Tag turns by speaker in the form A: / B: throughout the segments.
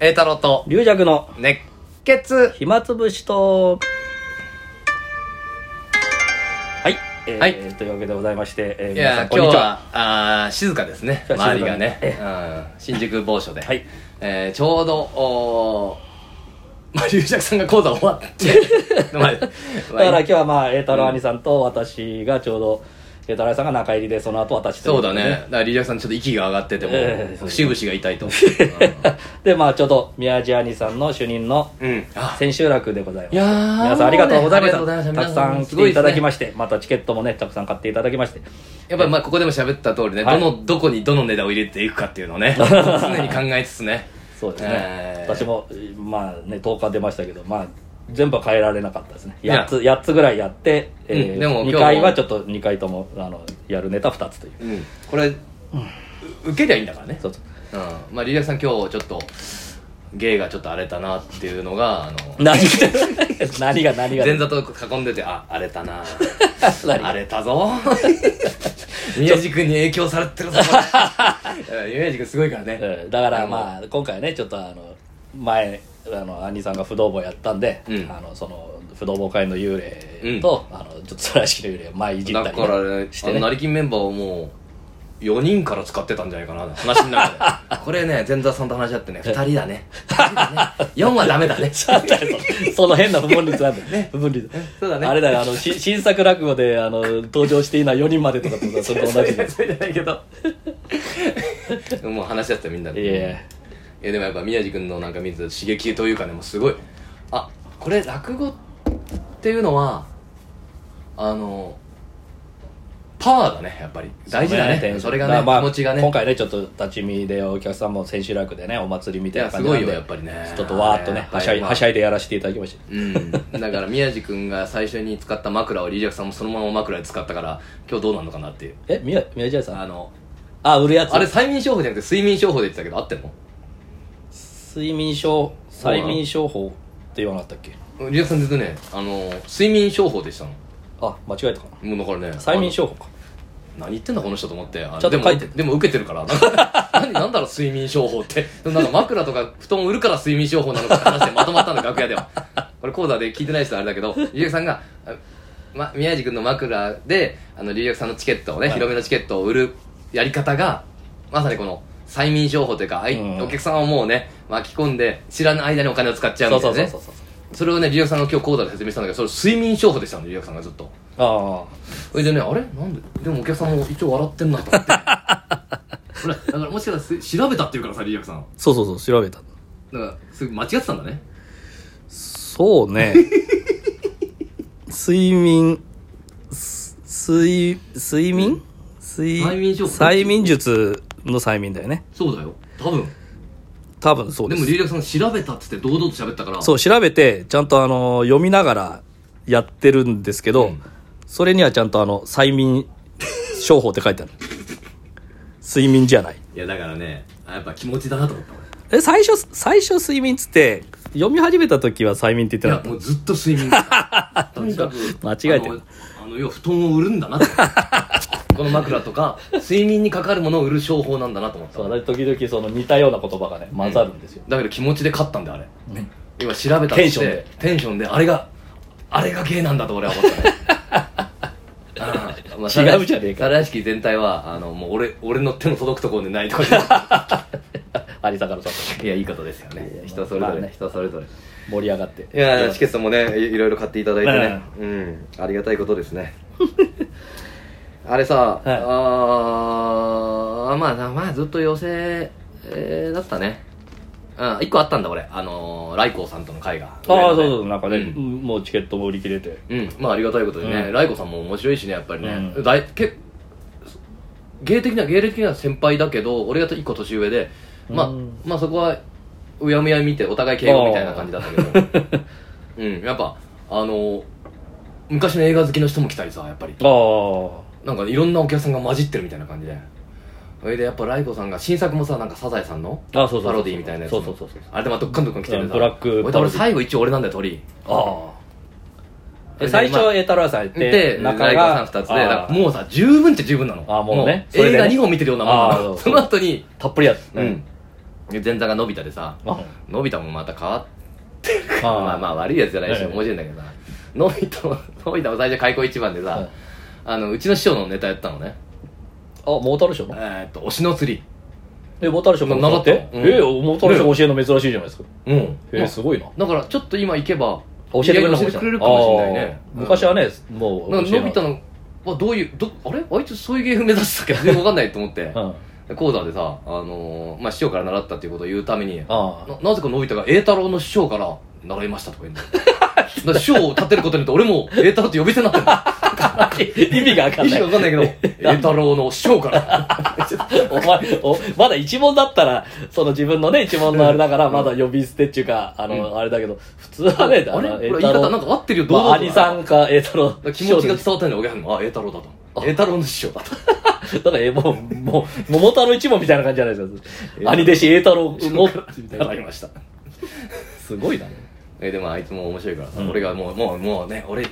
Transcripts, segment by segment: A: 栄太郎と
B: 龍尺の
A: 熱血
B: 暇つぶしとはい、えー
A: はい
B: というわけでございまして、えー
A: い
B: 皆さ
A: や
B: ん
A: ー
B: こん
A: 今
B: に
A: 日
B: ちは
A: はあー静かですね
B: 今日は
A: 周りが
B: 静
A: ね、うん、新宿某所で、
B: はい
A: えーちょうどおー まあ龍尺さんが講座終わって まあ
B: だから今日はまあ栄太郎兄さんと私がちょうど栄太郎兄さんが中入りでその後私とい
A: そう
B: こ
A: だ
B: とで
A: ねだから龍尺さんちょっと息が上がってても
B: ええそう
A: 節々が痛い と、
B: でまあちょうど宮地兄さんの主任の
A: うんうんあ
B: 千秋楽でございます
A: いやー
B: 皆さんありがとうございまし
A: もうねあ
B: た
A: りがとうございまし
B: た
A: た
B: くさ
A: 皆さん
B: ん
A: す
B: 来
A: ごいですね
B: ていただきまして、またチケットもねたくさん買っていただきまして
A: やっぱりまあここでも喋った通りね、
B: はい
A: どのどこにどの値段を入れていくかっていうのを ね常に考えつつね
B: そうですね、
A: えー
B: 私もまあね10日出ましたけどまあ全部は変えられなかったですね
A: いや
B: 8つ八つぐらいやって、えー
A: うんでも今日
B: 2回はちょっと2回ともあのやるネタ2つという
A: うんこれ、う受けりゃいいんだからね
B: そうそう
A: うんまあリリアさん今日ちょっと芸がちょっと荒れたなっていうのがあの
B: 何が何が何が
A: 前座と囲んでてあ荒れた な
B: 何
A: 荒れた ぞ宮治君に影響されてるぞうん 宮治君すごいからね
B: うんだからまあ今回ねちょっとあの前あの兄さんが不動坊やったんで、
A: うん
B: あのその不動坊会の幽霊と、あのちょっとそらしきの幽霊を前いじった
A: だ
B: りね、
A: からね
B: して
A: あの
B: ね
A: 成金メンバーをもう4人から使ってたんじゃないかな話の中 でこれね前座さんと話し合ってね2人だね4はダメだ ね
B: なんだよ そその変な不分率なんだよね。不分率。
A: そうだね
B: あれだよ、あの、し新作落語で、あの、登場していいのは4人までとかってそれと同じ で。
A: それじゃないけどもう話し合ってみんなで
B: いやいや
A: いやでもやっぱ宮治君のなんか見てた刺激というかねもうすごいあこれ落語っていうのはあのパワーだねやっぱり大事だねそれがね、
B: まあ
A: 気持ちがね
B: 今回ね、ちょっと立ち見でお客さんも千秋楽でね、お祭りみたいな感じなん
A: い
B: で。
A: やすごいよやっぱりね
B: ちょっとわーっと
A: は
B: ね
A: い、
B: はしゃい、
A: まあ
B: はしゃいでやらせていただきまし
A: うんだから宮治君が最初に使った枕をリリアクさんもそのまま枕で使ったから今日どうなるのかなっていう
B: た。え、宮、宮地さん
A: あの
B: あ、売るやつ。
A: あれ催眠商法じゃなくて睡眠商法で言ってたけど合ってんの
B: 睡眠症、
A: そうなの
B: 催眠症法って言わなかったっけ
A: リリアクさんずっとねあの睡眠商法でしたの
B: あ、間違えたか
A: もうだからね
B: な。催眠症法か。
A: あの何言ってんだこの人と思ってあ
B: ちょっと
A: でも
B: 書いてる
A: でも受けてるからなんか 何なんだろう睡眠商法ってでもなんか枕とか布団売るから睡眠商法なのかって話でまとま ったの楽屋ではこれ講座で聞いてない人はあれだけど龍役さんが、あま、宮治君の枕であの龍役さんのチケットをね、
B: はい
A: 広めのチケットを売るやり方がまさにこの催眠商法というか、あい
B: うん
A: お客さんをもうね巻き込んで知らない間にお金を使っちゃうんですよね
B: そうそうそうそう
A: それをね龍役さんが今日講座で説明したんだけどそれ睡眠商法でしたの龍役さんがずっと。
B: ああ。
A: それでねあれなんででもお客さんも一応笑ってんなと思ってほらだからもしかしたらす調べたっていうからさリリアクさん
B: そうそうそう、調べた。
A: だからすぐ間違ってたんだね
B: そう ね。睡眠、す睡、睡眠睡
A: 催眠症
B: 催眠術の催眠だよね。
A: そうだよ多分
B: 多分そう
A: で
B: で
A: も
B: す。
A: リリアクさん調べたっつって堂々と喋ったから
B: そう、調べて、ちゃんとあの、読みながらやってるんですけど、
A: うん
B: それにはちゃんとあの、催眠商法って書いてある。 睡眠じゃない。
A: いやだからねあやっぱ気持ちだなと思った俺
B: え、最初、最初睡眠っつって、読み始めた時は催眠って言って
A: い
B: な
A: や
B: かった
A: もうずっと睡眠とにかく
B: 間違えてる
A: あのあの要は布団を売るんだなってこの枕とか睡眠にかかるものを売る商法なんだなと思った
B: そうだから時々その似たような言葉がね、混ざるんですよ。
A: だけど気持ちで勝ったんだよあれ
B: ね
A: 今調べた
B: テンションで
A: テンションであれがあれが芸なんだと俺は思った ねああまあ
B: 違うじゃねえか
A: 皿屋敷全体はあのもう俺俺の手の届くところでないと か
B: 有坂のさんと
A: いやいいことですよ
B: いやい
A: ね
B: や
A: 人それぞ
B: まあ
A: れ
B: ね
A: 人それぞれ
B: 盛り上がって。
A: いやチケットもねいいろいろ買っていただいてねうんありがたいことです ねあれさ、
B: はい
A: あーまあまあずっと寄せ、えーだったねうん一個あったんだ俺あのー来光さんとの会が
B: ああ、そうそう、なんかね、
A: うん
B: もうチケットも売り切れて。
A: うん、まあありがたいことでね、
B: うん
A: ライコさんも面白いしねやっぱりね、
B: うん
A: だいけ芸的な芸歴的な先輩だけど俺が1個年上で、まあ
B: うん
A: まあそこはうやむやに見てお互い敬語みたいな感じだったけどうんやっぱあの昔の映画好きの人も来たりさやっぱり
B: ああ。
A: なんかいろんなお客さんが混じってるみたいな感じでそれでやっぱライコさんが新作もさなんかサザエさんの
B: あそうそうそう
A: パロディみたいなやつも
B: そうそうそうそう
A: あれでまあどっかんどっかん来てるさ
B: ブラック
A: 俺俺最後一応俺なんだよ鳥
B: あ
A: で
B: で、最
A: ま
B: 初、栄太郎さんやって、
A: で、中
B: 中
A: が
B: が、
A: 2つで、
B: あー
A: だからもうさ、十分っちゃ十分なの。
B: あーもうねそれ
A: 映
B: でね
A: 画2本見てるようなもんな
B: あーそ
A: の。
B: う
A: その後に、
B: たっぷりやっ
A: うん。で前座がのび太でさ
B: あ
A: のび太もまた変わっ
B: あ
A: まあまあ悪いやつじゃないし
B: ええ
A: 面白いんだけどさのび太ものび太も最初開口一番で
B: は
A: さ
B: い
A: あのうちの師匠のネタやったのね
B: あモータルショ
A: え
B: ー
A: ーっと推しの釣り
B: えモータルショー
A: な習ったよ
B: え
A: うん
B: えモータルショー教えるの珍しいじゃないですか
A: うん
B: えすごいな
A: だからちょっと今行けば
B: 教えてくれるの
A: 教えてくれるかもしれないね
B: あー昔は
A: ね
B: ねもう
A: なんかのび太
B: の
A: のはどういうどあれあいつそういう芸風目指してたっけ全然わかんないと思って
B: うんあ
A: 講座でさ、あのーまあ、師匠から習ったっていうことを言うためにな
B: あ
A: なぜかのび太が栄太郎の師匠から習いましたとか言うんだよだから師匠を立てることによって俺も栄太郎って呼び捨てになってる
B: 意味が 分かん
A: 意
B: な
A: 味
B: い
A: わかんないけど栄太郎の師匠からちょっと
B: お前おまだ一問だったらその自分のね一問のあれだから
A: ん
B: まだ呼び捨てっていうかあの、
A: う
B: あれだけど普通はね
A: あれ
B: の
A: これ
B: 栄
A: 言い
B: 太郎
A: 方なんか合ってるよ
B: ま
A: 堂
B: あ、
A: 々と
B: 兄さんか栄太郎
A: だから気持ちが
B: 師匠
A: 伝わったんだよお客さんもあ栄太郎だと栄太郎の師匠だと
B: ですだからえもうもう桃太郎一問みたいな感じじゃないです
A: え
B: か兄弟子栄太郎の
A: 習いました
B: すごいな
A: えでもあいつも面白いからさ、
B: うん
A: 俺がもうもうもうね俺い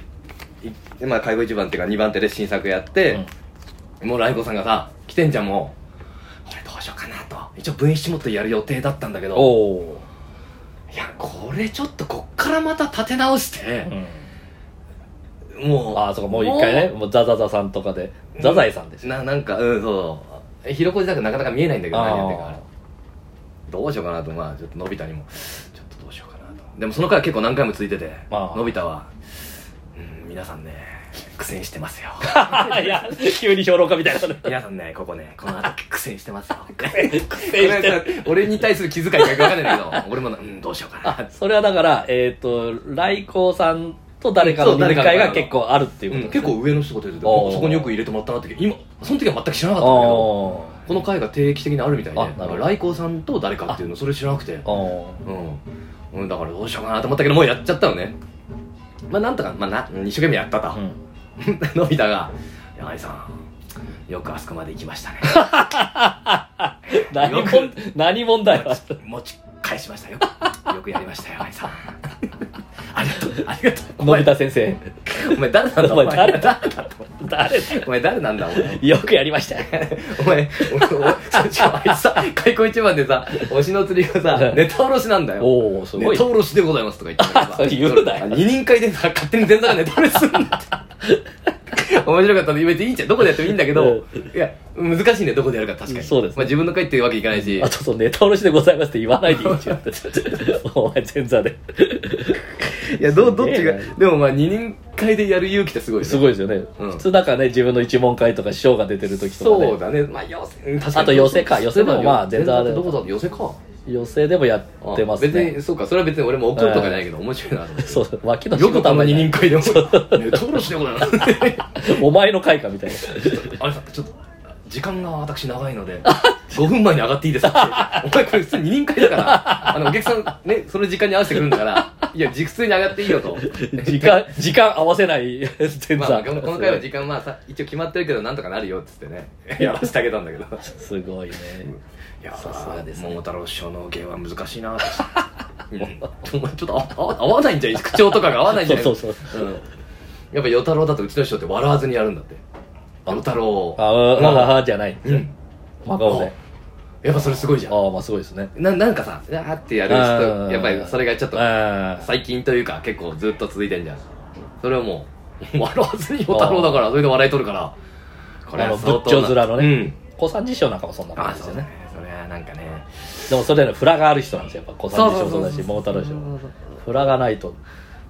A: でまあ介護一番っていうか2番手で新作やって、もうライコさんがさ来てんじゃんもうこれどうしようかなと一応分子もっとやる予定だったんだけ
B: お
A: ど
B: お
A: いやこれちょっとこっからまた立て直して
B: ー、、
A: もう
B: ああそうかもう一回ねもうザザザさんとかでザザエさんですよ、
A: ななんかうんそうひろこじだからなかなか見えないんだけど
B: あー
A: 何やってるかあれどうしようかなとまあちょっとのび太にもちょっとどうしようかなとでもその回は結構何回もついてて
B: あー
A: のび太はうん皆さんね苦戦してます よ
B: いや急に評論家みた いな
A: 皆さんねここねこの後苦戦してますよ
B: 苦戦してる
A: これ 俺に対する気遣いが分かんないんだけど俺もなうんどうしようかな
B: それはだからえっ、と来光さんと誰かの
A: そう誰
B: 飲
A: かの
B: み会が結構あるっていう
A: う
B: こと
A: ん
B: です、ね
A: 結構上の人が出てて
B: おー
A: そこによく入れてもらったなって今その時は全く知らなかったんだけど
B: おー
A: この回が定期的にあるみたいで
B: あ
A: だ
B: なるほど
A: から来光さんと誰かっていうのそれ知らなくて
B: お
A: うん、うん、だからどうしようかなと思ったけどもうやっちゃったのねまあなんとか、まあ、なうん一生懸命やったと
B: ー、う、ん
A: のび太が「いや兄さんよくあそこまで行きましたね
B: 何も
A: よ
B: 何問 だよ
A: 持ち返しましたよよくやりましたよ兄さん ありがとうありがとうお
B: のび
A: 前
B: 太先生
A: お前誰なんだ
B: お
A: お
B: 前
A: 前
B: 誰
A: 誰だ
B: 誰だよ
A: お前誰なんだお前
B: よくやりましたね
A: お前、おおちょあいつさ、開口一番でさ、推しの釣りがさ、ネタおろしなんだよ。
B: おおすご
A: ネ
B: い
A: タおろしでございますとか言って
B: あそれ言うなよ
A: 二人会でさ、勝手に前座がネタおろしするんだって。面白かったんで、別にいいんじゃん。どこでやってもいいんだけど、いや、難しいね、どこでやるか確かに。
B: そうですね
A: まあ自分の会っていうわけいかないし
B: あ、とそのネタおろしでございますって言わないでいいじ ゃんお前前座で
A: いや、どうどっちが
B: すげえ、
A: でもまあ二人会でやる勇気ってすごいね
B: すごいですよね、
A: うん
B: 普通だからね自分の一問会とか師匠が出てる時とかね
A: そうだね。まあ、寄せ、うん確
B: あと寄せか寄せでもまあ前座で
A: どこだ寄せか。
B: 寄席でもやってますね
A: あ別にそうかそれは別に俺も怒るとかじゃないけど面白いなと思っ
B: そう脇の
A: てよくこんな
B: 仕
A: 二
B: 事
A: 人会
B: あんま
A: でも ね討論しようかな
B: りないお前の会かみたいな
A: あれさちょっと時間が私長いの で5分前に上がっていいですか ってお前これ普通二人会だからあのお客さんねその時間に合わせてくるんだ からいや時普通に上がっていいよと
B: 時間時間合わせない前座、
A: まあまあこのこの回は時間まあさ一応決まってるけどなんとかなるよっつってねや らせてあげたんだけど
B: すごいね
A: いや
B: さ
A: さ
B: す
A: す
B: が
A: が
B: で
A: ですす、
B: ね
A: 桃太郎師匠の芸は難しいなって うんお前ちょっとああ合わないんじゃない口調とかが合わないんじゃない
B: そうそう
A: うん、やっぱ与太郎だとうちの師匠って笑わずにやるんだって与太郎
B: あわわははじゃない
A: うん
B: 真顔で
A: やっぱそれすごいじゃん
B: ああまあすごいですね
A: ななんかさあーってやる人やっぱりそれがちょっと
B: あ
A: 最近というか結構ずっと続いてんじゃんそれをもう 笑わずに与太郎だからそれで笑い取るからこ
B: あの
A: 相
B: 仏
A: 当な
B: 頂面のね、
A: うん
B: 小三治師匠なんかもそんな
A: あ
B: 感
A: あ
B: じで
A: そ
B: す
A: うだ
B: よ
A: ね
B: ね
A: それはなんかね
B: でもそれらのフラがある人なんですよやっぱ小三治師匠もそうだ
A: そうそ
B: し
A: う
B: 桃
A: そう
B: 太郎師匠
A: そ
B: も
A: うそう
B: フラがないと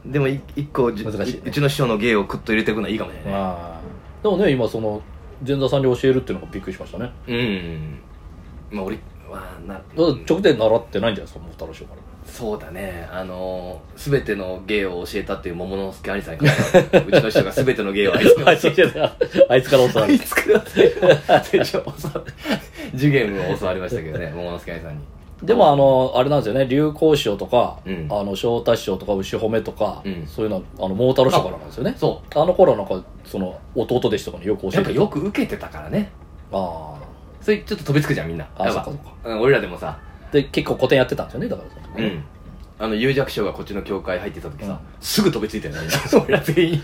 A: でもい一個じ
B: 難しいね
A: うちの師匠の芸をクッと入れていくのはいいかもね、
B: まあでもね今その前座さんに教えるっていうのがびっくりしましたね
A: うんまあ俺はな
B: だから直で習ってないんじゃないですか桃太郎師匠から
A: そうだねあのー、全ての芸を教えたっていう桃之助兄さんからうちの師匠が全ての芸をあいつ
B: あ
A: が
B: い
A: 教
B: つ
A: えて
B: からあいつから教わ
A: あ
B: る
A: いつから最初教わ授業を教わりましたけどね桃之助兄さんに
B: でもあのあれなんですよね流行師匠とか、
A: うん
B: あの翔太師匠とか牛褒めとか、
A: うん
B: そういうのあの桃太郎師匠からなんですよね
A: そ
B: あの頃なんかその弟弟子とかによく
A: う
B: 教
A: や
B: え
A: っぱ
B: て
A: よく受けてたからね
B: あ
A: それちょっと飛びつくじゃんみんな
B: あ
A: やっぱ
B: そっかそっ
A: うん、俺らでもさ
B: あで結構古典やってたんですよねだからその時
A: う
B: ね
A: んあの有弱師匠がこっちの教会入ってた時さ、
B: う
A: すぐ飛びつい たよね俺ら全員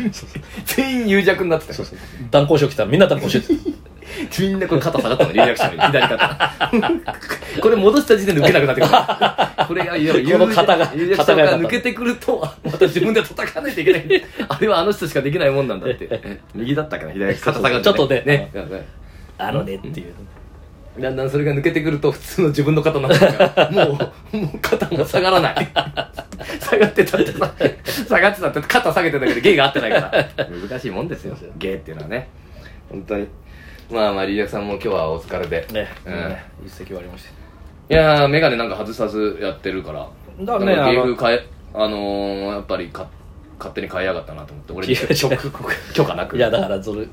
A: 全員有弱になってた
B: そうそう断交渉来たらみんな断交渉して
A: みんなこれ肩下がったのリアクションに左肩 これ戻した時点で受けなくなってく るこれがいわゆる
B: この肩が
A: リアクショ
B: 肩
A: ン
B: が良か
A: が
B: った
A: 抜けてくるとまた自分で叩かないといけない あれはあの人しかできないもんなんだ って右だったかな左肩下が
B: ちょっとね
A: ね
B: あのねっていう
A: だんだんそれが抜けてくると普通の自分の肩になってくるからもう もう肩も下がらない 下がってたってさ 下がってたって肩下げてたけど芸が合ってないから難しいもんですよ
B: そうですよ
A: 芸っていうのはね本当にまあまあリリアクさんも今日はお疲れで、
B: ね
A: う
B: 一席終わりました
A: いやー眼鏡なんか外さずやってるから
B: だからね
A: なん芸
B: あ
A: 風
B: の
A: 変えあのー、やっぱりか勝手に変えやがったなと思って俺に
B: いやいや
A: 許可許可なく
B: いやだからそれ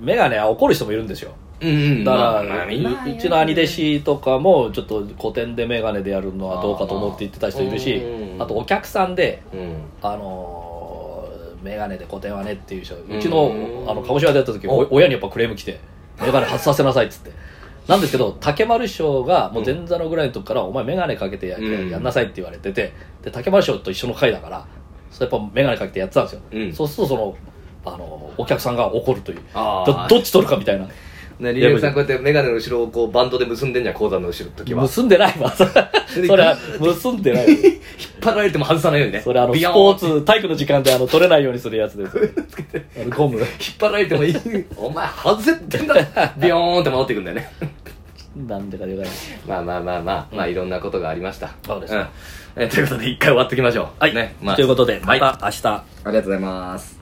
B: 眼鏡は怒る人もいるんですよ
A: うんうん
B: だ
A: ま
B: か
A: あまあ
B: ら、
A: みんな
B: うちの兄弟子とかもちょっと古典で眼鏡でやるのはどうかと思って言ってた人いるし
A: あーうん
B: あとお客さんで
A: うん
B: あのー、眼鏡で古典はねっていう人
A: ん
B: うちのあの鹿児島でやった時お親にやっぱクレーム来て「眼鏡外させなさい」っつってなんですけど竹丸師匠がもう前座のぐらいの時から「お前眼鏡かけてや,、
A: うん
B: やんなさい」って言われててで竹丸師匠と一緒の会だからそれやっぱ眼鏡かけてやってたんですよ、
A: うん
B: そうするとそのあのお客さんが怒るという
A: あ
B: ど
A: ー
B: どっち取るかみたいな
A: ね、リリアクさんこうやってメガネの後ろをこうバンドで結んでんじゃん講座の後ろの時は引っ
B: 結んでないわ それは結んでないわ
A: 張られても外さないようにね
B: それあの
A: ビ
B: ス
A: ヨーン
B: ポーツ体育の時間であの取れないようにするやつです ねあのゴム
A: 引っ張られてもいいお前外せってん だビヨーンって戻っていくんだよね
B: なんでかでかい
A: まあまあまあまあまあいろんなことがありました
B: そうですね
A: んえということで一回終わっていきましょうはいねまあ
B: ということでま
A: はいあ
B: た明日、
A: りがとうございます